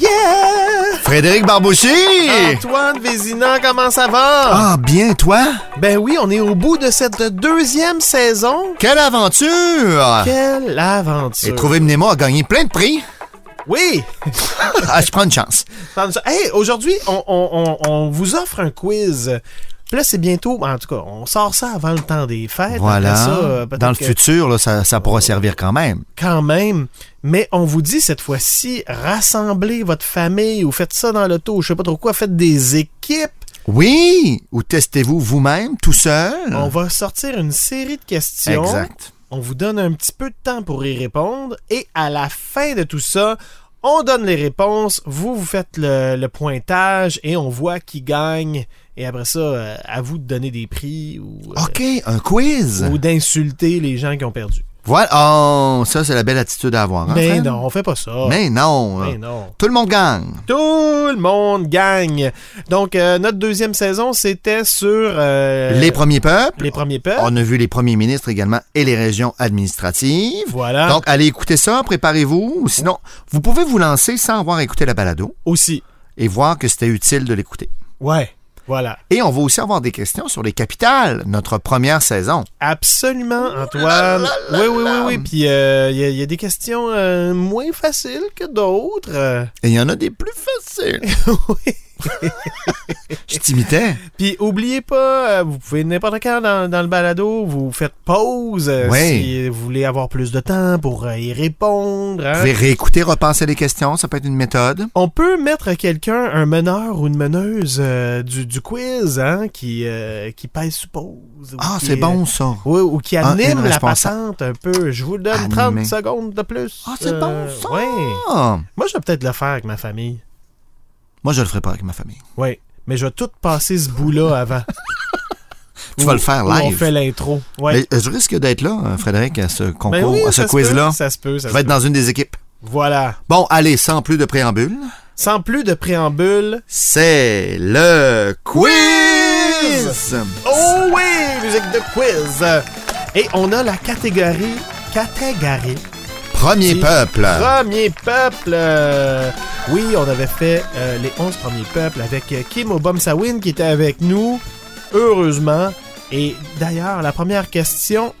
yeah! Frédéric Barbouchi! Antoine Vézina, comment ça va? Ah, bien, toi? Ben oui, on est au bout de cette deuxième saison. Quelle aventure! Ah! Quelle aventure! Et Trouver Mnemo a gagné plein de prix. Oui! Ah, je prends une chance. Hey, aujourd'hui, on, on- on- on vous offre un quiz. Puis là, c'est bientôt, en tout cas, on sort ça avant le temps des fêtes. Voilà. Après ça, euh, peut-être Dans le que- futur, là, ça, ça pourra servir quand même. Quand même. Mais on vous dit cette fois-ci, rassemblez votre famille ou faites ça dans l'auto, je sais pas trop quoi, faites des équipes. Oui! Ou testez-vous vous-même, tout seul. On va sortir une série de questions. Ah. Exact. On vous donne un petit peu de temps pour y répondre. Et à la fin de tout ça, on donne les réponses, vous vous faites le, le pointage et on voit qui gagne. Et après ça, euh, à vous de donner des prix ou, euh, OK, un quiz. ou d'insulter les gens qui ont perdu. Voilà. Oh, ça, c'est la belle attitude à avoir. hein, Mais Fred? non, on fait pas ça. Mais non. Mais non. Tout le monde gagne. Tout le monde gagne. Donc, euh, notre deuxième saison, c'était sur euh, les premiers peuples. les premiers peuples. On a vu les premiers ministres également et les régions administratives. Voilà. Donc, allez écouter ça, préparez-vous. Ou Sinon, vous pouvez vous lancer sans avoir écouté la balado Aussi. et voir que c'était utile de l'écouter. Ouais. Voilà. Et on va aussi avoir des questions sur les capitales, notre première saison. Absolument, Antoine. Oui, oui, oui, oui. Puis euh, il y, a- il y a des questions euh, moins faciles que d'autres. Euh, Et il y en a des plus faciles. oui. Je t'imitais. Puis oubliez pas, euh, vous pouvez n'importe quand dans, dans le balado, vous faites pause euh, Ouais. si vous voulez avoir plus de temps pour euh, y répondre. hein. Vous pouvez réécouter, repenser les questions, ça peut être une méthode. On peut mettre quelqu'un, un meneur ou une meneuse euh, du, du quiz, hein, qui, euh, qui pèse sous pause. ou Ah, qui, c'est euh, bon ça. Oui, ou qui Ah, anime une la responsable. patente un peu. Je vous donne Animer. 30 secondes de plus. Ah, c'est bon Euh, ça. ouais. Moi, je vais peut-être le faire avec ma famille. Ah. Moi, je le ferai pas avec ma famille. Oui. Mais je vais tout passer ce bout-là avant. Tu Ou- vas le faire ou On live. fait l'intro. Ouais. Mais euh, je risque d'être là, hein, Frédéric, à ce concours, Ben oui, à ce ça se quiz-là. peut, Ça se peut, ça Je se vais être peut. dans une des équipes. Voilà. Bon, allez, sans plus de préambule, Sans plus de préambule. c'est le quiz! Oh oui, musique de quiz. Et on a la catégorie. Catégorie. Premier Si. peuple. Premier peuple. Euh, Oui, on avait fait euh, les 11 premiers peuples avec euh, Kim Obomsawin qui était avec nous, heureusement. Et d'ailleurs, la première question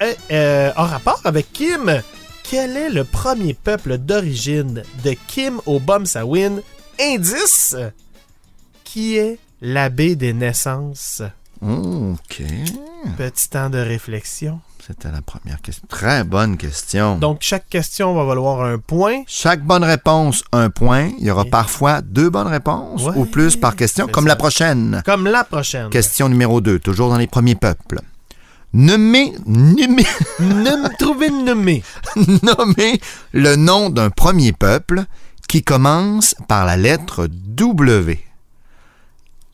est euh, en rapport avec Kim. Quel est le premier peuple d'origine de Kim Obomsawin? Indice qui est l'abbé des naissances. OK. Petit temps de réflexion. C'était la première question. Très bonne question. Donc, chaque question va valoir un point. Chaque bonne réponse, un point. Il y aura Et- parfois deux bonnes réponses Ouais. ou plus par question, C'est comme ça. la prochaine. Comme la prochaine. Question numéro 2, toujours dans les premiers peuples. Nommez, nommez, Nomme- Trouvez une nommée. nommez le nom d'un premier peuple qui commence par la lettre W.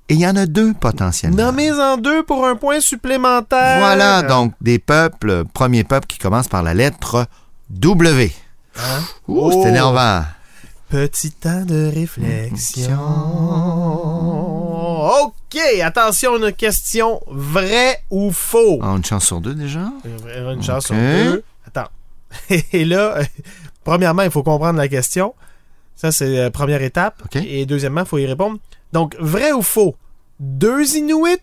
Et il y en a deux potentiellement. Nommez-en deux pour un point supplémentaire. Voilà donc des peuples, premiers peuples qui commencent par la lettre W. Hein? Ouh, Oh. c'est énervant. Petit temps de réflexion. OK, attention, une question vrai ou faux. Ah, une chance sur deux déjà? Euh, Une chance sur OK. deux. Attends. Et là, euh, premièrement, il faut comprendre la question. Ça, c'est la première étape. OK. Et deuxièmement, il faut y répondre. Donc, vrai ou faux? Deux Inuits?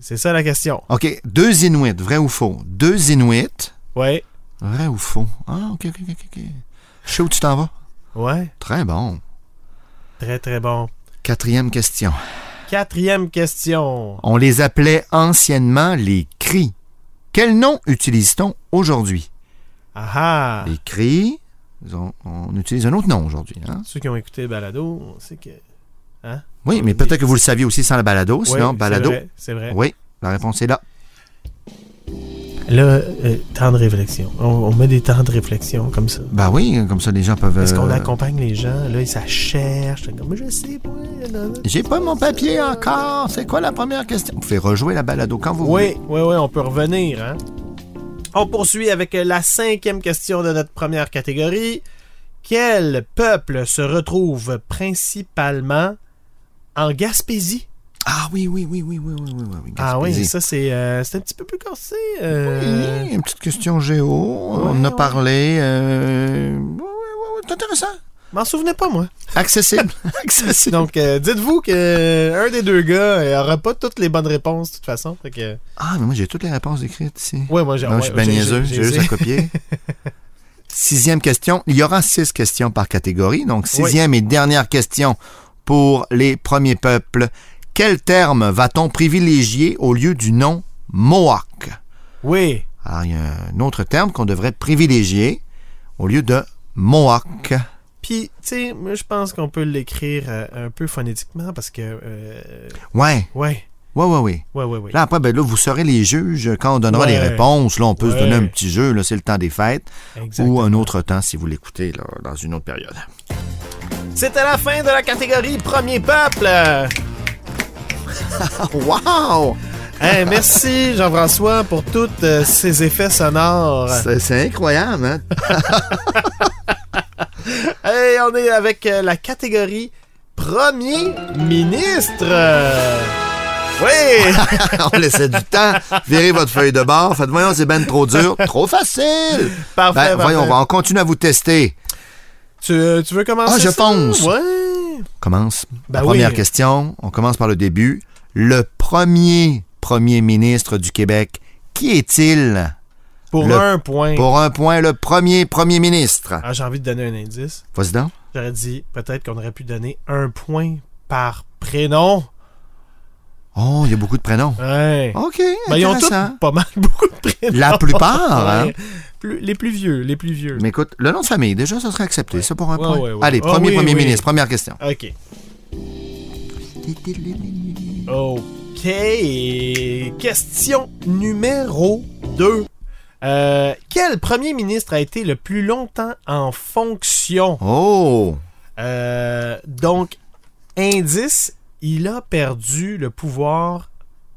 C'est ça la question. OK, deux Inuits, vrai ou faux? Deux Inuits, Ouais. vrai ou faux? Ah, OK, OK, OK, OK, OK. Je sais où tu t'en vas. Ouais. Très bon. Très, très bon. Quatrième question. Quatrième question. On les appelait anciennement les cris. Quel nom utilise-t-on aujourd'hui? Ah ah. Les cris, on, on utilise un autre nom aujourd'hui. hein? Ceux qui ont écouté le balado, c'est que. Oui, mais peut-être que vous le saviez aussi sans le balado, Euh, Ouais, sinon c'est balado. vrai, C'est vrai. Oui, la réponse est là. Là, euh, temps de réflexion. On, on met des temps de réflexion comme ça. Ben oui, comme ça les gens peuvent. Est-ce qu'on euh, accompagne les gens? Là, ils ça cherche. Comme, Moi, je sais pas. là, là. J'ai pas mon papier encore. C'est quoi la première question? Vous pouvez rejouer la balado quand vous voulez. Oui, oui, oui, on peut revenir. Hein? On poursuit avec la cinquième question de notre première catégorie. Quel peuple se retrouve principalement en Gaspésie? Ah oui, oui, oui, oui, oui, oui, oui, oui. oui, Ah oui, Gaspésie. ça, c'est euh, c'est un petit peu plus corsé. euh, Oui, une petite question géo. on en a ouais. parlé. euh, ouais, ouais, ouais, c'est intéressant. M'en souvenais pas, moi. Accessible. Accessible. Donc, euh, dites-vous que euh, un des deux gars euh, aura pas toutes les bonnes réponses, de toute façon. Fait que, Ah, mais moi, j'ai toutes les réponses écrites ici. ouais, moi, j'ai Non, ouais, je suis bien j'ai- niaiseux, j'ai juste à copier. Sixième question. Il y aura six questions par catégorie. Donc, sixième et dernière question pour les premiers peuples. Quel terme va-t-on privilégier au lieu du nom Mohawk? Oui. Alors, il y a un autre terme qu'on devrait privilégier au lieu de Mohawk. Puis, tu sais, moi, je pense qu'on peut l'écrire euh, un peu phonétiquement parce que. euh, Ouais, ouais, ouais, ouais, ouais. ouais, ouais, ouais. Là, après, ben là, vous serez les juges quand on donnera les Ouais. réponses. Là, on peut se Ouais. donner un petit jeu. Là, c'est le temps des fêtes. Exact. Ou un autre temps si vous l'écoutez là, dans une autre période. C'était la fin de la catégorie Premier Peuple. Wow! Hey, merci, Jean-François, pour tous euh, ces effets sonores. C'est- C'est incroyable, hein? Hey, on est avec euh, la catégorie Premier ministre. Oui! on laissait du temps. Virez votre feuille de bord. Faites, voyons, c'est ben trop dur. Trop facile! Parfait, Ben, voyons, on parfait. va- on continue à vous tester. Tu, euh, tu veux commencer? Ah, je ça? fonce. Ouais! Commence. Ben La première oui. question, on commence par le début. Le premier premier ministre du Québec, qui est-il? Pour Le- un point. Pour un point, le premier premier ministre. Ah, j'ai envie de donner un indice. Vas-y donc. J'aurais dit peut-être qu'on aurait pu donner un point par prénom. Oh, il y a beaucoup de prénoms. Ouais. OK, Ben, ils ont tous Ah, intéressant. pas mal beaucoup de prénoms. La plupart, hein? Ouais. Plus- les plus vieux, les plus vieux. Mais écoute, le nom de famille, déjà, ça serait accepté. C'est pour un Ouais, point. ouais, ouais. Allez, Ah, premier oui, premier oui. ministre, première question. OK. OK. Question numéro 2. quel premier ministre a été le plus longtemps en fonction? Oh! Euh, donc, indice, il a perdu le pouvoir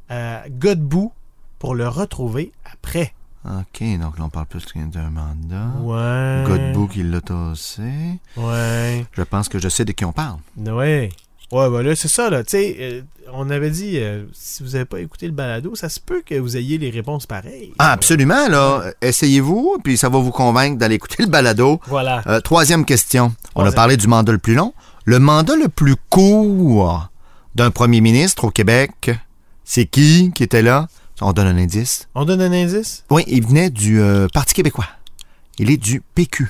à Godbout pour le retrouver après. OK, donc là, on parle plus d'un mandat. Ouais. Godbout qui l'a tossé. Ouais. Je pense que je sais de qui on parle. Ouais. Ouais, ben là, c'est ça, là. Tu sais, euh, on avait dit, euh, si vous n'avez pas écouté le balado, ça se peut que vous ayez les réponses pareilles. Ah, absolument, là. Essayez-vous, puis ça va vous convaincre d'aller écouter le balado. Voilà. Euh, troisième question. On a Troisième. parlé du mandat le plus long. Le mandat le plus court d'un premier ministre au Québec, c'est qui qui était là? On donne un indice. On donne un indice? Oui, il venait du euh, Parti québécois. Il est du PQ.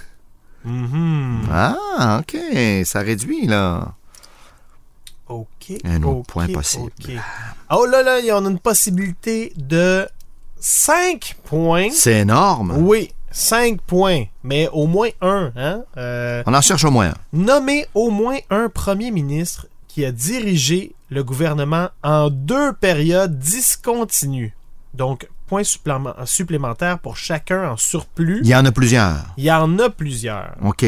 Mhm. Ah, OK. Ça réduit, là. OK. Un autre ok, point possible. ok. Oh là là, on a une possibilité de 5 points. C'est énorme. Oui, 5 points, mais au moins un. Hein? Euh, On en cherche au moins un. nommer au moins un premier ministre qui a dirigé le gouvernement en deux périodes discontinues. Donc, point supplément- supplémentaire pour chacun en surplus. Il y en a plusieurs. Il y en a plusieurs. OK.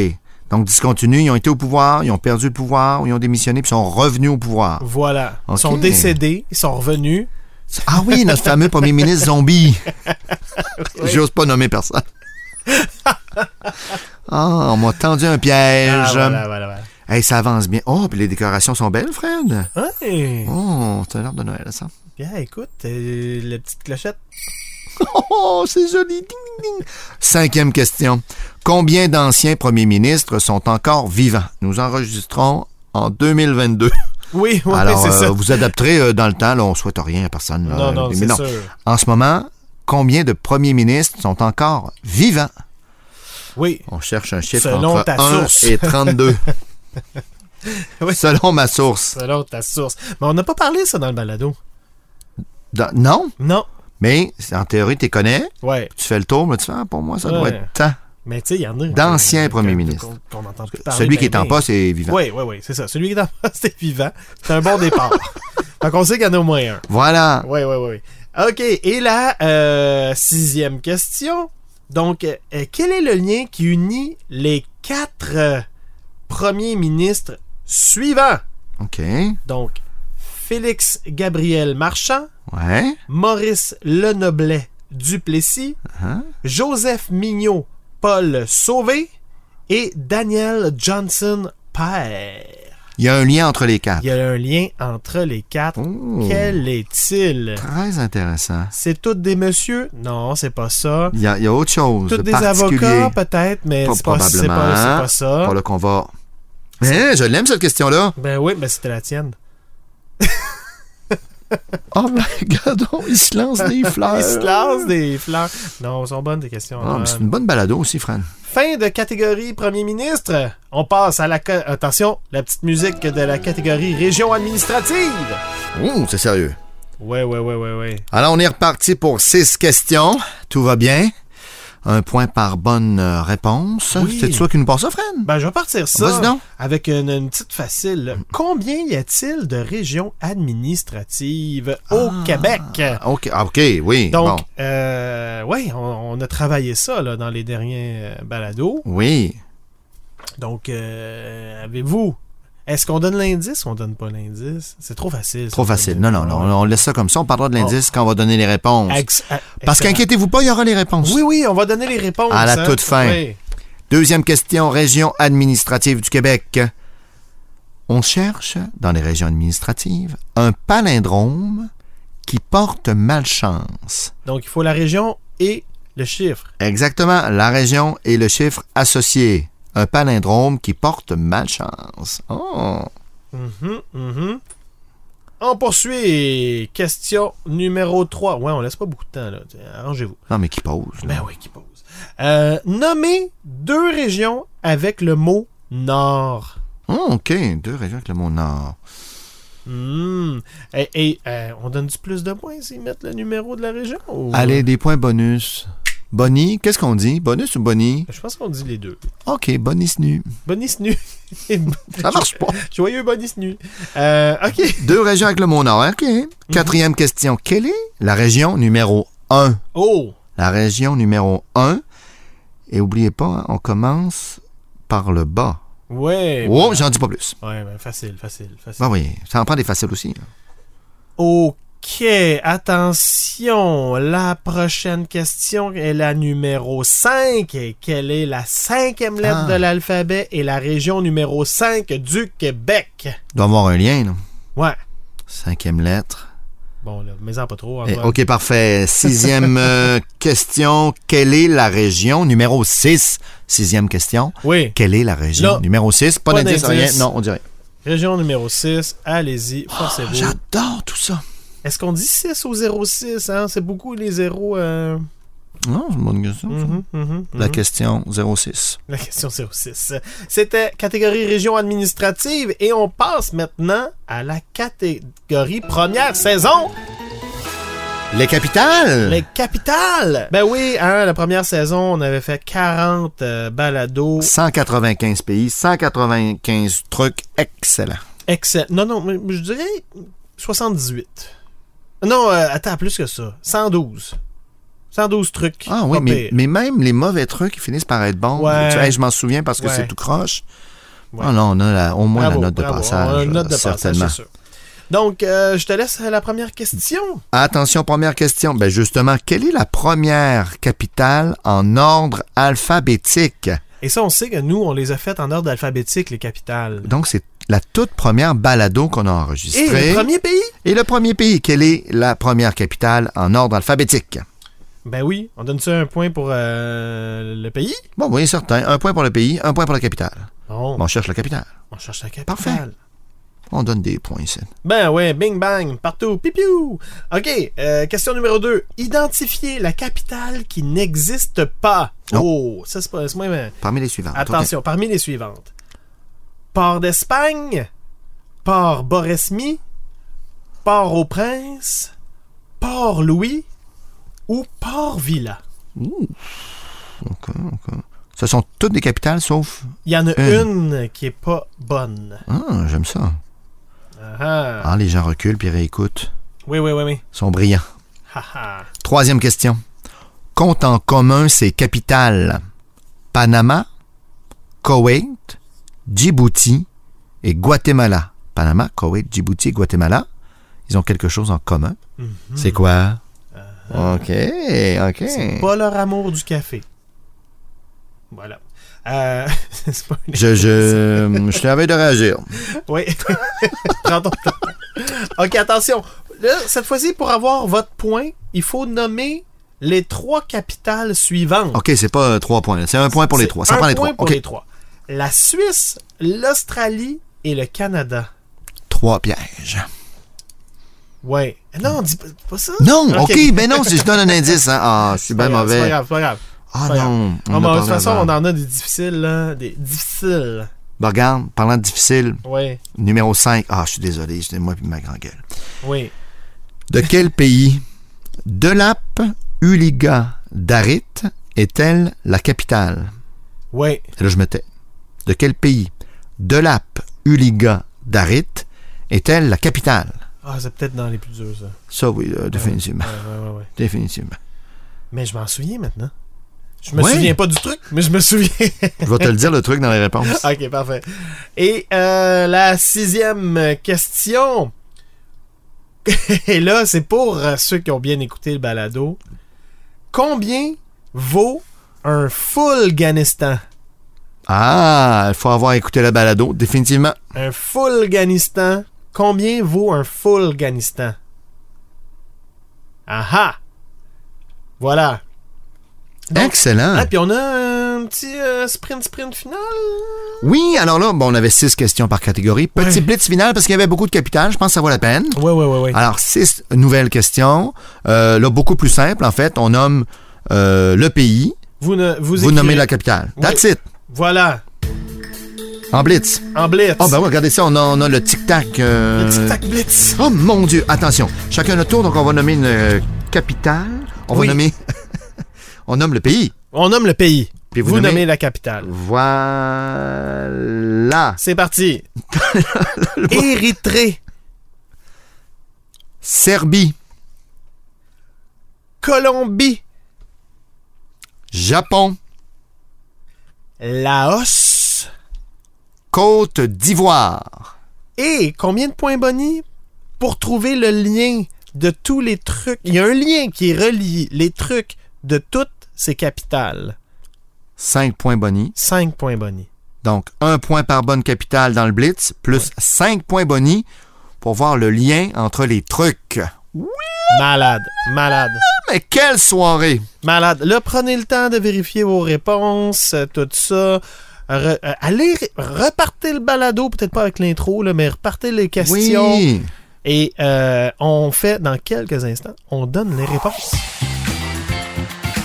Donc, discontinu, ils ont été au pouvoir, ils ont perdu le pouvoir, ou ils ont démissionné, puis ils sont revenus au pouvoir. Voilà. Ils Ok. sont décédés, ils sont revenus. Ah oui, notre fameux premier ministre zombie. J'ose pas nommer personne. Ah, on m'a tendu un Ah, piège. voilà, voilà, voilà. Hey, ça avance bien. Oh, puis les décorations sont belles, Fred. Hey! Oh, c'est l'heure de Noël, ça. Bien, écoute, euh, la petite clochette. Oh, c'est joli. Ding, ding. Cinquième question. Combien d'anciens premiers ministres sont encore vivants? Nous enregistrons en 2022. Oui, oui, Alors, c'est euh, ça. vous adapterez euh, dans le temps. Là, on souhaite rien à personne. là. Non, non, Mais c'est sûr. En ce moment, combien de premiers ministres sont encore vivants? Oui. On cherche un chiffre Selon entre ta 1 source. et 32. Oui. Selon ma source. Selon ta source. Mais on n'a pas parlé ça dans le balado. Dans- non, Non. mais en théorie, tu connais. Ouais. Tu fais le tour, mais tu fais, ah, pour moi, ça doit Ouais. être tant. Mais tu sais, il y en a. D'anciens qu'on- premiers qu'on- ministres. qu'on- qu'on entend plus parler, Celui qui ben, est en ben. poste est vivant. Oui, oui, oui, c'est ça. Celui qui est en poste est vivant. C'est un bon départ. Donc on sait qu'il y en a au moins un. Voilà. Oui, oui, oui. OK. Et la euh, sixième question. Donc, euh, quel est le lien qui unit les quatre euh, premiers ministres suivants? OK. Ouais. Donc, Félix Gabriel Marchand, Maurice Lenoblet Duplessis, Hein? Joseph Mignot Paul Sauvé et Daniel Johnson Père. Il y a un lien entre les Il quatre. y a un lien entre les quatre. Oh, Quel est-il? Très intéressant. C'est tous des messieurs? Non, c'est pas ça. Il y a, il y a autre chose Tous Mmh. de des particulier. avocats, peut-être, mais Pas- c'est pas, c'est pas- probablement. c'est pas ça. Voilà qu'on va Hein, je l'aime, cette question-là. Ben oui, ben c'était la tienne. Oh, ben, regardons, il se lance des fleurs. Ils se lancent des fleurs. Non, elles sont bonnes tes questions. Ah, mais hein. c'est une bonne balado aussi, Fran. Fin de catégorie Premier ministre. On passe à la... ca- Attention, la petite musique de la catégorie Région administrative. Ouh, c'est sérieux. Ouais, ouais, ouais, ouais, ouais. Alors, on est reparti pour six questions. Tout va bien. Un point par bonne euh, réponse. Oui. C'est toi qui nous passe ça, Fran? Ben, je vais partir ça Vas-y donc. avec une, une petite facile. Combien y a-t-il de régions administratives au Québec? OK, ah, OK, oui. Donc, Ah. bon. euh, ouais, on, on a travaillé ça là, dans les derniers euh, balados. Oui. Donc, euh, avez-vous... Est-ce qu'on donne l'indice ou on donne pas l'indice? C'est trop facile. ça, Trop de facile. donner- Non, non, non. On laisse ça comme ça. On parlera de l'indice quand on va donner les réponses. Ex- a- Parce excellent. qu'inquiétez-vous pas, il y aura les réponses. Oui, oui, on va donner les réponses. À la hein. toute fin. Oui. Deuxième question, région administrative du Québec. On cherche, dans les régions administratives, un palindrome qui porte malchance. Donc, il faut la région et le chiffre. Exactement, la région et le chiffre associé. Un palindrome qui porte malchance. Oh. Mhm, mhm. On poursuit. Question numéro 3. Ouais, on laisse pas beaucoup de temps, là. Tiens, Arrangez-vous. Non, mais qui pose. là. Ben oui, qui pose. Euh, nommez deux régions avec le mot nord. Oh, OK, deux régions avec le mot nord. Hmm. Et, et, euh, on donne du plus de points s'ils mettent le numéro de la région? ou- Allez, des points bonus. Bonnie, qu'est-ce qu'on dit? Bonus ou Bonnie? Je pense qu'on dit les deux. OK, bonus nu. Bonus nu. Ça marche pas. Joyeux bonus nu. Euh, OK. Deux régions avec le mot nord. OK. Mhm. Quatrième question. Quelle est la région numéro 1? Oh! La région numéro 1. Et oubliez pas, hein, on commence par le bas. Ouais. Oh, j'en dis pas plus. Ouais, ben, facile, facile, facile. Ah oui, ça en prend des faciles aussi. là. Ok, attention, la prochaine question est la numéro 5. Et quelle est la cinquième lettre de Ah. l'alphabet et la région numéro 5 du Québec? Il doit y avoir un lien. là. Ouais. Cinquième lettre. Bon, là, mais en pas trop. hein, Eh, ouais. OK, parfait. Sixième euh, question. Quelle est la région numéro 6? Sixième question. Oui, Quelle est la région Là, numéro 6? Pas, pas d'indice, rien. d'indice. Non, on dirait. région numéro 6, allez-y, Oh, forcez-vous. J'adore tout ça. Est-ce qu'on dit 6 ou 06? Hein? C'est beaucoup les zéros. euh, Non, c'est une bonne question. ça. mhm, mhm, La mhm. question 06. La question 06. C'était catégorie région administrative et on passe maintenant à la catégorie première saison, Les capitales? les capitales. Ben oui, hein, la première saison, on avait fait 40 euh, balados. 195 pays, 195 trucs excellents. Excellent. Non, non, mais je dirais 78. Non, euh, attends, plus que ça. 112. 112 trucs. Ah oui, Pas mais, pire. mais même les mauvais trucs, ils finissent par être bons. Ouais. Tu- hey, je m'en souviens parce que Ouais. c'est tout croche. Ouais. Ah non, on a la- au moins Bravo, la note de bravo. passage. euh, On a une note de passage, certainement. c'est sûr. Donc, euh, je te laisse la première question. Attention, première question. Ben justement, quelle est la première capitale en ordre alphabétique? Et ça, on sait que nous, on les a faites en ordre alphabétique, les capitales. Donc, c'est la toute première balado qu'on a Et enregistrée. le premier pays? Et le premier pays, quelle est la première capitale en ordre alphabétique? Ben oui, on donne ça un point pour euh, le pays. Bon, oui, certain. Un point pour le pays, un point pour la capitale. Bon, On cherche la capitale. on cherche la capitale. Parfait. On donne des points ici. Ben ouais, bing bang, partout, pipiou. OK, euh, question numéro 2. Identifier la capitale qui n'existe pas. Non. Oh, ça c'est pas... c'est moins- Parmi les suivants. Attention, parmi les suivantes. Port d'Espagne, Port Boresmi, Port au Prince, Port Louis ou Port Villa. Ce sont toutes des capitales sauf. Il y en a Une. une qui est pas bonne. Ah, j'aime ça. Ah ah. Ah, les gens reculent puis réécoutent. Oui, oui, oui, oui. Ils sont brillants. Ha, ha. Troisième question. Compte en commun ces capitales Panama, Koweït, Djibouti et Guatemala. Panama, Koweït, Djibouti et Guatemala. Ils ont quelque chose en commun. Mhm. C'est quoi? OK, OK. Euh, C'est pas leur amour du café. Voilà. Euh, c'est pas une- Je, je, je suis à veille de réagir. Oui. Prends ton temps. OK, attention. Là, cette fois-ci, pour avoir votre point, il faut nommer les trois capitales suivantes. OK, c'est pas euh, trois points. là. C'est un point pour les C'est trois. Ça un prend les point trois. pour OK. les trois. la Suisse, l'Australie et le Canada. Trois pièges. Ouais. Non, dis pas, pas ça. Non, ok, ben non, si je donne un indice, hein. Ah, c'est Pas bien grave, C'est pas mauvais. grave, c'est pas grave. Ah pas grave. non. Ah, en bah, a de toute parlé façon, avant. on en a des difficiles, là. Des difficiles. Bah, regarde, parlant de difficile, Ouais, numéro 5. Ah, je suis désolé, c'est moi et ma grand gueule. oui. De quel pays Delap Uliga Darit est-elle la capitale? Ouais. Et là, je me tais. De quel pays Delap Uliga Darit est-elle la capitale? Ah, c'est peut-être dans les plus durs, ça. Ça, oui, euh, définitivement. Ouais, ouais, ouais, ouais. Définitivement. Mais je m'en souviens maintenant. Je me Ouais. souviens pas du truc, mais je me souviens. Je vais te le dire le truc dans les réponses. ok, parfait. Et euh, la sixième question. Et là, c'est pour euh, ceux qui ont bien écouté le balado. Combien vaut un full Ghanistan? Ah, il faut avoir écouté la balado, définitivement. Un full Ghanistan. Combien vaut un full Ghanistan? Ah ah! Voilà. Donc- Excellent. Ah, puis on a un petit euh, sprint sprint final. Oui, alors là, bon, on avait six questions par catégorie. Petit blitz final parce qu'il y avait beaucoup de capitales, je pense que ça vaut la peine. Ouais, ouais, ouais, ouais. Alors, six nouvelles questions. Euh, là, beaucoup plus simple, en fait. On nomme euh, le pays, Vous, ne, vous, vous, écrivez- nommez la capitale. Oui. That's it. Voilà, En blitz. en blitz. Oh, ben oui, regardez ça, on a, on a le tic-tac. euh, Le tic-tac blitz. Oh mon Dieu, attention. Chacun notre tour, donc on va nommer une euh, capitale. On Oui. va nommer. on nomme le pays. On nomme le pays. Puis vous vous nommez- nommez la capitale. Voilà. C'est parti. Érythrée, Serbie, Colombie, Japon, Laos. Côte d'Ivoire. Et combien de points Bonnie pour trouver le lien de tous les trucs? Il y a un lien qui relie les trucs de toutes ces capitales. 5 points Bonnie. 5 points Bonnie. Donc, un point par bonne capitale dans le Blitz, plus 5 points Bonnie pour voir le lien entre les trucs. Malade, malade. Mais quelle soirée! Malade. Là, prenez le temps de vérifier vos réponses, euh, tout ça. Re- euh, allez, re- repartez le balado, peut-être pas avec l'intro, là, mais repartez les questions. Oui! Et euh, on fait, dans quelques instants, on donne les réponses.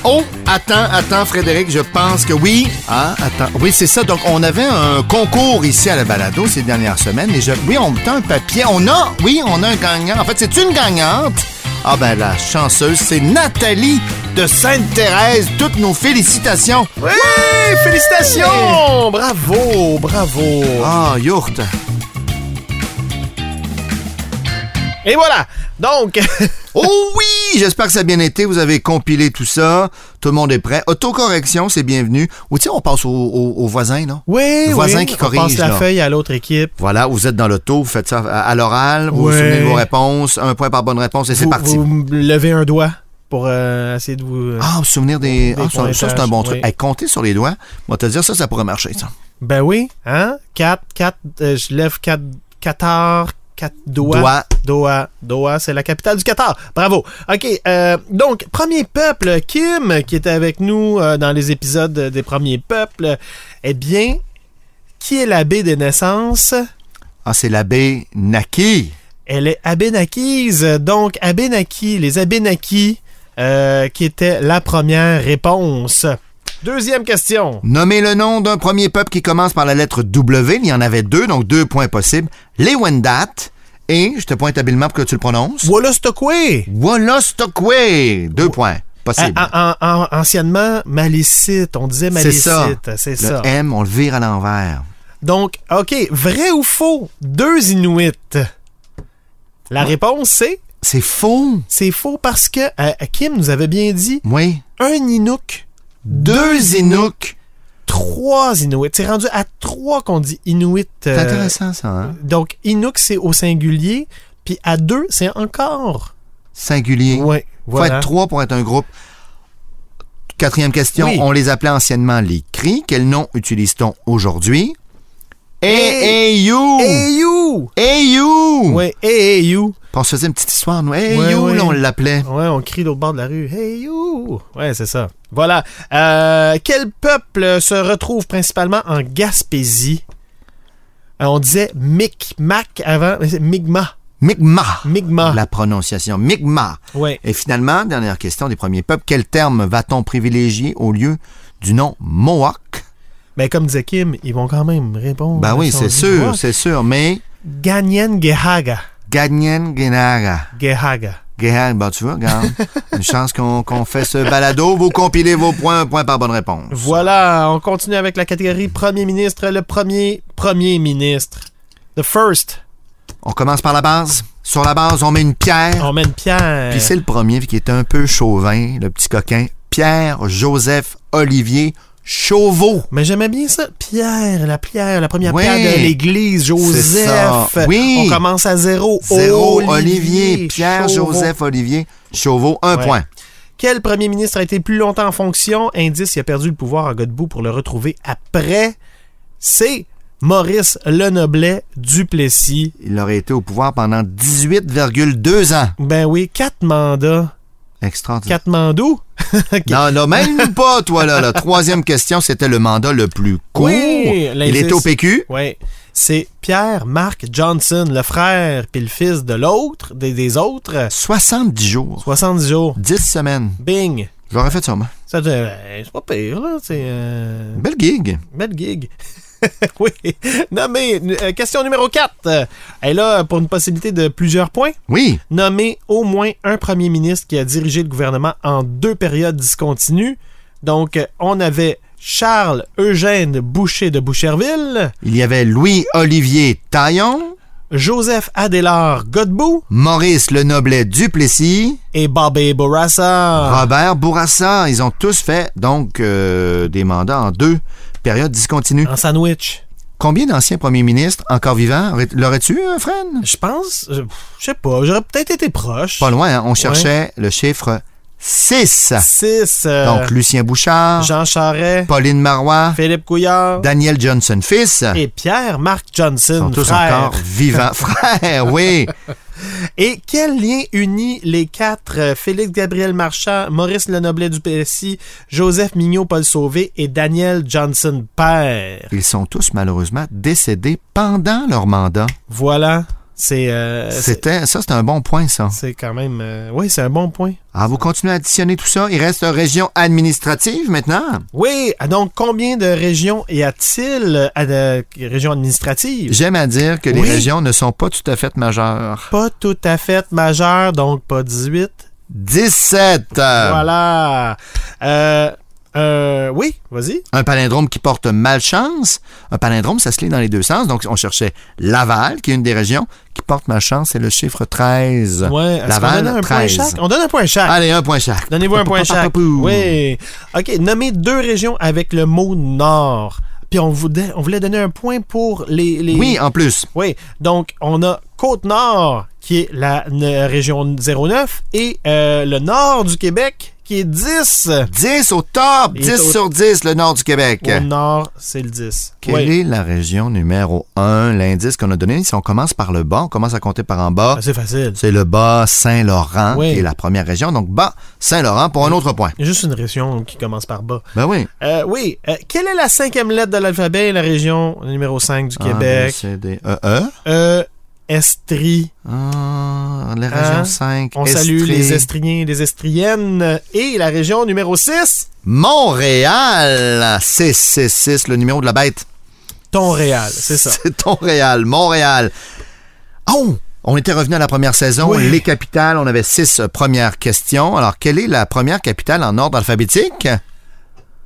Oh, attends, attends, Frédéric, je pense que oui. Ah, attends. Oui, c'est ça. Donc, on avait un concours ici à la balado ces dernières semaines. Et je... Oui, on tend un papier. On a, oui, on a un gagnant. En fait, c'est une gagnante. Ah ben, la chanceuse, c'est Nathalie de Sainte-Thérèse. Toutes nos félicitations. Oui! Félicitations! Bravo, bravo. Ah, yourte. Et voilà. Donc, Oh oui! J'espère que ça a bien été. Vous avez compilé tout ça. Tout le monde est prêt. Autocorrection, c'est bienvenu. Ou tiens, on passe au- au- aux voisins, là. oui, Le voisin oui, qui on passe corrige, la là. feuille à l'autre équipe. Voilà, vous êtes dans l'auto, vous faites ça à, à l'oral, vous Ouais. vous souvenez de vos réponses, un point par bonne réponse et c'est Vous- parti. Vous me levez un doigt pour euh, essayer de vous... Ah, vous souvenir des. Des ah, ça, ça, c'est un pointages, bon truc. oui. Hey, comptez sur les doigts. Moi, te dire ça, ça pourrait marcher, ça. Ben oui, hein? 4, 4, je lève 4, 14, 4 doigts. Doigts. Doha, Doha, c'est la capitale du Qatar. Bravo. OK, euh, donc, premier peuple, Kim, qui était avec nous euh, dans les épisodes des premiers peuples, eh bien, qui est l'abbé des naissances? Ah, c'est l'abbé Naki. Elle est abénakise. Donc, abénaki, les abénakis, euh, qui était la première réponse. Deuxième question. Nommez le nom d'un premier peuple qui commence par la lettre W. Il y en avait deux, donc deux points possibles. Les Wendat et, je te pointe habilement pour que tu le prononces, Wolostokwe. Wolostokwe. Deux points possibles. Ah, en- en- en- anciennement, malicite. On disait c'est ça. malicite. C'est le ça. M, on le vire à l'envers. Donc, OK, vrai ou faux? Deux Inuits. La réponse, c'est C'est faux. c'est faux parce que euh, Kim nous avait bien dit Oui. un Inuk, Deux Inuks. trois Inuits. C'est rendu à trois qu'on dit Inuit. euh, C'est intéressant, ça, hein? donc, Inuk, c'est au singulier, puis à deux, c'est encore. Singulier. Ouais, Faut voilà. être trois pour être un groupe. Quatrième question, Oui. on les appelait anciennement les cris. Quel nom utilise-t-on aujourd'hui? Eh, Hey, hey, you! Hey you! Hey, you! eh. Ouais, hey, hey you! Puis on se faisait une petite histoire, nous. Hey, Ouais, you, ouais. là, on l'appelait. Ouais, on crie de l'autre bord de la rue. Hey you! Ouais, c'est ça. Voilà. Euh, quel peuple se retrouve principalement en Gaspésie? Euh, on disait Micmac avant, mais c'est Mi'kmaq. Mi'kmaq. Mi'kmaq. La prononciation. Mi'kmaq. Ouais. Et finalement, dernière question des premiers peuples. Quel terme va-t-on privilégier au lieu du nom Mohawk? Mais Ben, comme disait Kim, ils vont quand même répondre. Ben à oui, son c'est devoir. sûr, c'est sûr. Mais Ganyen Gehaga. Ganyen Genaga. Gehaga. Guéhan, ben tu vois, regarde, une chance qu'on qu'on fait ce balado. Vous compilez vos points, un point par bonne réponse. Voilà, on continue avec la catégorie Premier ministre. Le premier Premier ministre. The first. On commence par la base. Sur la base, on met une pierre. On met une pierre. Puis c'est le premier qui est un peu chauvin, le petit coquin. Pierre-Joseph Olivier Chauveau. Mais j'aimais bien ça. Pierre, la pierre, la première Oui. pierre de l'église, C'est ça. Joseph. Oui. On commence à zéro. Zéro Olivier. Pierre-Joseph Olivier Chauveau, un Ouais. point. Quel premier ministre a été plus longtemps en fonction? Indice, il a perdu le pouvoir à Godbout pour le retrouver après. C'est Maurice Lenoblet Duplessis. Il aurait été au pouvoir pendant 18,2 ans. Ben oui, quatre mandats. Extraordinaire. Quatre mandats? Non, non, même pas, toi, là. La troisième question, c'était le mandat le plus court. Oui, Il était au l'indice. PQ. Oui. C'est Pierre-Marc Johnson, le frère puis le fils de l'autre, des, des autres. 70 jours. 70 jours. 10 semaines. Bing! Je l'aurais fait sûrement. Ça, c'est euh, c'est pas pire, là. C'est euh, Belle gig. belle gig. oui. Nommé. euh, question numéro 4. Elle a pour une possibilité de plusieurs points. Oui. Nommé au moins un premier ministre qui a dirigé le gouvernement en deux périodes discontinues. Donc, euh, on avait Charles Eugène Boucher de Boucherville, Il y avait Louis-Olivier Taillon, Joseph Adélard Godbout Maurice Le Noblet Duplessis, et Bobby Bourassa. Robert Bourassa. Ils ont tous fait, donc, euh, des mandats en deux périodes discontinues. En sandwich. Combien d'anciens premiers ministres encore vivants aurait- l'aurais-tu, euh, Fran? Je pense, je je sais pas, j'aurais peut-être été proche. Pas loin, hein? on cherchait le chiffre 6. 6. Donc, Lucien Bouchard, Euh. Jean Charest. Pauline Marois, Philippe Couillard Daniel Johnson fils, et Pierre-Marc Johnson, sont tous frère. encore vivants. Frère, oui. Et quel lien unit les quatre euh, Félix Gabriel Marchand, Maurice Lenoblet du PSI, Joseph Mignot Paul Sauvé et Daniel Johnson père? Ils sont tous malheureusement décédés pendant leur mandat. Voilà, c'est euh, c'est C'était, ça, c'est un bon point, ça. c'est quand même euh, oui, c'est un bon point. Ah, vous continuez à additionner tout ça. Il reste région administrative maintenant. Oui, ah, donc combien de régions y a-t-il euh, à de- régions administratives J'aime à dire que les Oui. régions ne sont pas tout à fait majeures. Pas tout à fait majeures, donc pas 18. 17. euh, Voilà. Euh, euh, oui, vas-y. Un palindrome qui porte malchance. Un palindrome, ça se lit dans les deux sens. Donc, on cherchait Laval, qui est une des régions qui porte malchance. C'est le chiffre 13. Ouais, est-ce qu'on Laval, donne un point 13. chaque? On donne un point chaque. Allez, un point chaque. Donnez-vous un point chaque. Pou-pou-pou-pou. Oui. OK, nommez deux régions avec le mot nord. Puis on voulait, on voulait donner un point pour les... les- Oui, en plus. Oui. Donc, on a Côte-Nord, qui est la ne- région 09, et euh, le nord du Québec, qui est 10. 10 au top. Il est 10 au- sur 10, le nord du Québec. Au nord, c'est le 10. Quelle Oui. est la région numéro 1, l'indice qu'on a donné? Si on commence par le bas, on commence à compter par en bas. Ah, C'est facile. C'est le bas Saint-Laurent, Oui. qui est la première région. Donc, bas Saint-Laurent pour un autre point. Il y a Juste une région qui commence par bas. Ben oui. Euh, oui. euh, quelle est la cinquième lettre de l'alphabet, la région numéro 5 du A, B, Ah, Québec? C, D, E, E. Euh, Estrie. Ah, les Hein? régions 5. On salue les Estriens et les Estriennes. Et la région numéro 6, Montréal. 666, le numéro de la bête. Tonréal. C'est ça. C'est Montréal. Montréal. Oh! On était revenu à la première saison. Oui. Les capitales, on avait six euh, premières questions. Alors, quelle est la première capitale en ordre alphabétique?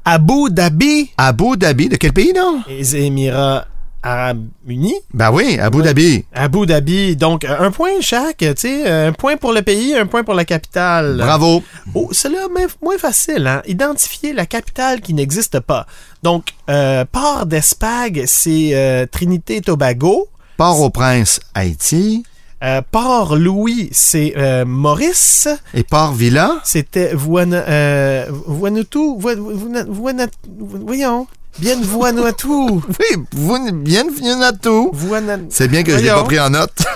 Abu Dhabi, Abu Dhabi. De quel pays, non? les Émirats Arabes Unis. Ben oui, Abu Dhabi. Abu Dhabi, donc euh, un point chaque, tu sais, un point pour le pays, un point pour la capitale. Bravo. Oh, c'est là mais moins facile, hein? Identifier la capitale qui n'existe pas. Donc, euh, Port d'Espagne, c'est euh, Trinité-Tobago. Port-au-Prince, Haïti. Euh, Port-Louis, c'est euh, Maurice. Et Port-Villa. C'était Vuana, euh, Vuanutu, Vu- Vu- Vuana- Voyons. Bienvenue à tous. Oui, vous, bienvenue à tous. Voilà. C'est bien que je l'ai Voyons. pas pris en note.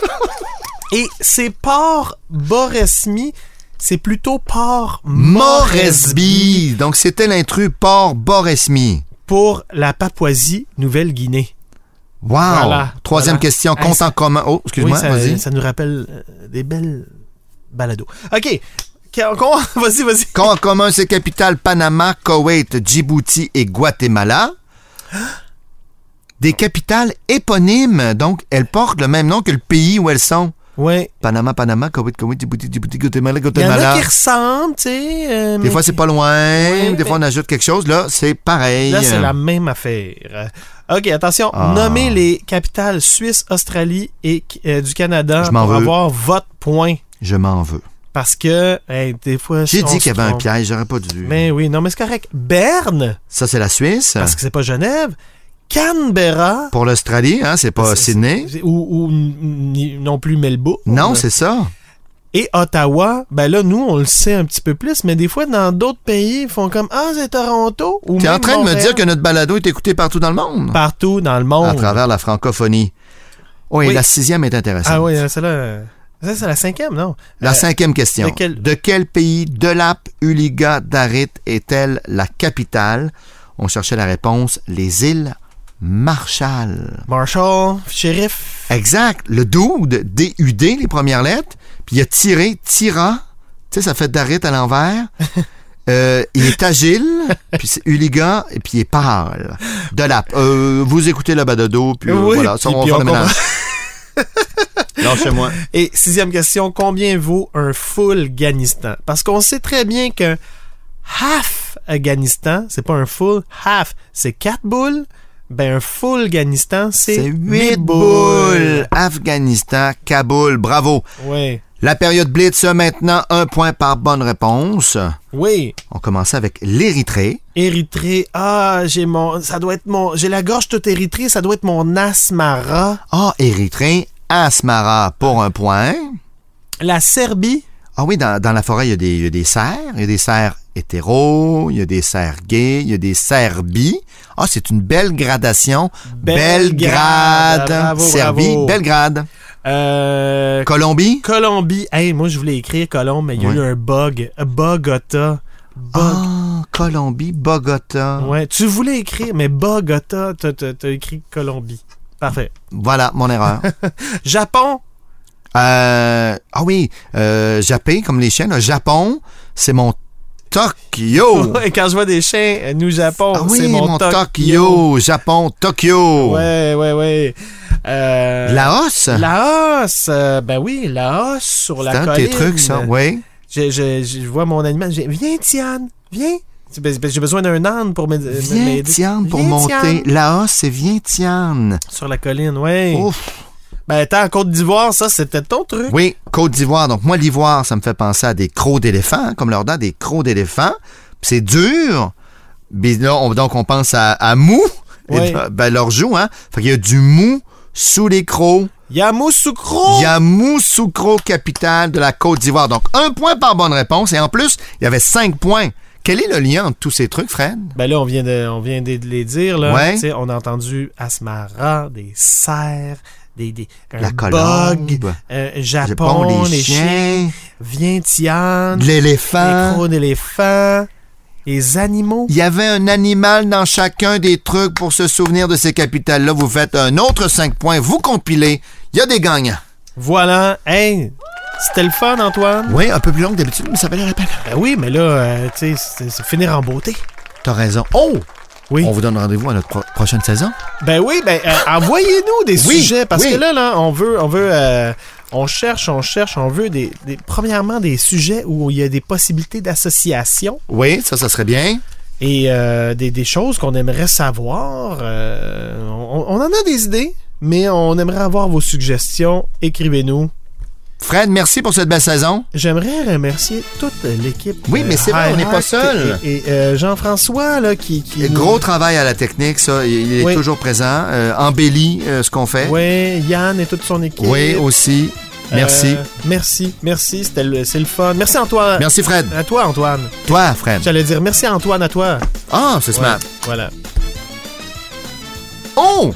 Et c'est port Boresmi, c'est plutôt port Moresby Moresby. Donc, c'était l'intrus Port Boresmi. pour la Papouasie-Nouvelle-Guinée. Wow. Voilà, Troisième voilà. question. Hey, Compte ça- en commun. Oh, Oui, excuse-moi, ça, vas-y. ça nous rappelle euh, des belles balados. OK. Qu'on- qu'on- Vas-y, vas-y. Compte en commun, c'est capitales Panama, Koweït, Djibouti et Guatemala. Des capitales éponymes. Donc, elles portent le même nom que le pays où elles sont. Ouais. Panama, Panama, Koweït, Koweït, Djibouti, Djibouti, Guatemala, Il y en Guatemala. a qui ressemblent, tu sais. euh, Des mais fois, c'est pas loin. Oui, des mais- fois, on ajoute quelque chose. Là, c'est pareil. Là, c'est la même affaire. Euh, OK, attention. euh, Ah. Nommez les capitales Suisse, Australie et euh, du Canada Je m'en pour veux. avoir votre point. Je m'en veux. Parce que, hey, des fois... J'ai on dit se qu'il y avait un Hein. trompe. piège. J'aurais pas dû. Mais oui, non, mais c'est correct. Berne, Ça, c'est la Suisse. parce que c'est pas Genève. Canberra, Pour l'Australie, hein, c'est pas Ah, C'est- Sydney. ou, ou ni- non plus Melbourne. Non, c'est ça. Et Ottawa, ben là, nous, on le sait un petit peu plus, mais des fois, dans d'autres pays, ils font comme Ah, c'est Toronto. ou Tu es en même train de me Montréal. dire que notre balado est écouté partout dans le monde, Partout dans le à monde. travers la francophonie. Oui, Oui. la sixième est intéressante. Ah oui, celle-là. Ça, c'est la cinquième, non? La Euh, cinquième question. de quel- pays de l'Ap Uliga Darit est-elle la capitale? On cherchait la réponse. Les îles Marshall. Marshall, shérif. Exact. Le dude, D-U-D, les premières lettres. Puis il a tiré, tira. Tu sais, ça fait Darit à l'envers. Euh, il est agile, puis c'est Uliga, et puis il est pâle. De l'Ap. Euh, vous écoutez le badado, puis euh, Oui, voilà, ça, puis- on va puis faire on le ménage. Lâchez-moi. Et sixième question, combien vaut un full Afghanistan? Parce qu'on sait très bien qu'un half Afghanistan, c'est pas un full, half, c'est quatre boules. Ben, un full Afghanistan, c'est C'est huit 8 boules. boules. Afghanistan, Kaboul, bravo. Oui. La période Blitz, euh, maintenant, un point par bonne réponse. Oui. On commençait avec l'Érythrée. Érythrée. Ah, j'ai mon, ça doit être mon, j'ai la gorge toute érythrée, ça doit être mon asmara. Ah, Érythrée, Asmara pour un point. La Serbie. Ah oui, dans, dans la forêt, il y, a des- il y a des cerfs. Il y a des cerfs hétéros, il y a des cerfs gays, il y a des cerfs bi. Ah, c'est une belle gradation. Belgrade. Belgrade. Bravo, Serbie, bravo. Belgrade. Euh, Colombie. Colombie. Hey, moi, je voulais écrire Colombe, mais il y a Oui. eu un bug. Bogota. Bog- Ah, Colombie, Bogota. Ouais, tu voulais écrire, mais Bogota, t'as- t'as t'as écrit Colombie. Parfait. Voilà, mon erreur. Japon, Euh, ah oui, euh, Japé, comme les chiens. là. Japon, c'est mon Tokyo. Ouais, quand je vois des chiens, euh, nous Japon, Oh. Ah oui, c'est mon, Tokyo. Japon, Tokyo. Ouais, ouais, ouais. Euh, Laos? Laos, euh, ben oui, Laos sur la c'est un colline. de tes trucs, ça, oui. Je, je- je vois mon animal, je dis, viens Tiane, viens. C'est parce- parce que J'ai besoin d'un âne pour m'aider. Viens, m'aider. Tiane, pour Viens, monter. Tiane, Laos, c'est viens, Tiane. Sur la colline, ouais. Ouf. Ben attends, Côte d'Ivoire, ça c'était ton truc. Oui, Côte d'Ivoire. Donc, moi, l'ivoire, ça me fait penser à des crocs d'éléphants, hein, comme leur dents, des crocs d'éléphants. Puis c'est dur. Puis là, on- donc, on pense à, à mou. Et Oui. là, ben, leur joue, hein. Fait qu'il y a du mou sous les crocs. Oh! Yamoussoukro. Yamoussoukro, capitale de la Côte d'Ivoire. Donc, un point par bonne réponse. Et en plus, il y avait cinq points. Quel est le lien entre tous ces trucs, Fred? Ben là, on vient de, on vient de les dire. Là. Ouais. Tu sais, On a entendu Asmara, des cerfs, des, des, un La bug, colombe, un le Japon, pont les des chiens, chiens, viens Tiane, de les l'éléphant. crocs d'éléphants, les animaux. Il y avait un animal dans chacun des trucs pour se souvenir de ces capitales-là. Vous faites un autre cinq points, vous compilez. Il y a des gagnants. Voilà. Hey, c'était le fun, Antoine. Oui, un peu plus long que d'habitude, mais ça valait la peine. Ben oui, mais là, euh, tu sais, c'est c'est finir en beauté. T'as raison. Oh! Oui. On vous donne rendez-vous à notre pro- prochaine saison. Ben oui, ben euh, envoyez-nous des Oui, sujets parce oui. que là, là, on veut, on veut, euh, on cherche, on cherche, on veut des, des- premièrement des sujets où il y a des possibilités d'association Oui, ça, ça serait bien. et euh, des, des choses qu'on aimerait savoir. Euh, on, on en a des idées, mais on aimerait avoir vos suggestions. Écrivez-nous. Fred, merci pour cette belle saison. J'aimerais remercier toute l'équipe. Oui, mais c'est vrai, on n'est pas Highlight seul. Et, et, euh, Jean-François là, qui, qui nous- Gros travail à la technique, ça. Il il est Oui. toujours présent. Euh, embellit euh, ce qu'on fait. Ouais, Yann et toute son équipe. Oui, aussi. Merci. Euh, merci, merci, c'était le- c'est le fun. Merci Antoine. Merci, Fred. À toi Antoine. Toi, Fred. J'allais dire merci Antoine à toi. Ah, c'est smart. Voilà. Oh!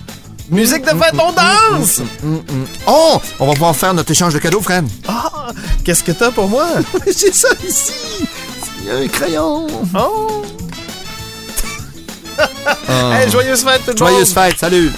Musique de fête, on danse! Hum, hum. Oh! On va pouvoir faire notre échange de cadeaux, Fred. Ah! Qu'est-ce que t'as pour moi? J'ai ça ici! Il y a un crayon! Oh! Ah. Hey, joyeuse fête, tout le monde! Joyeuse fête, salut!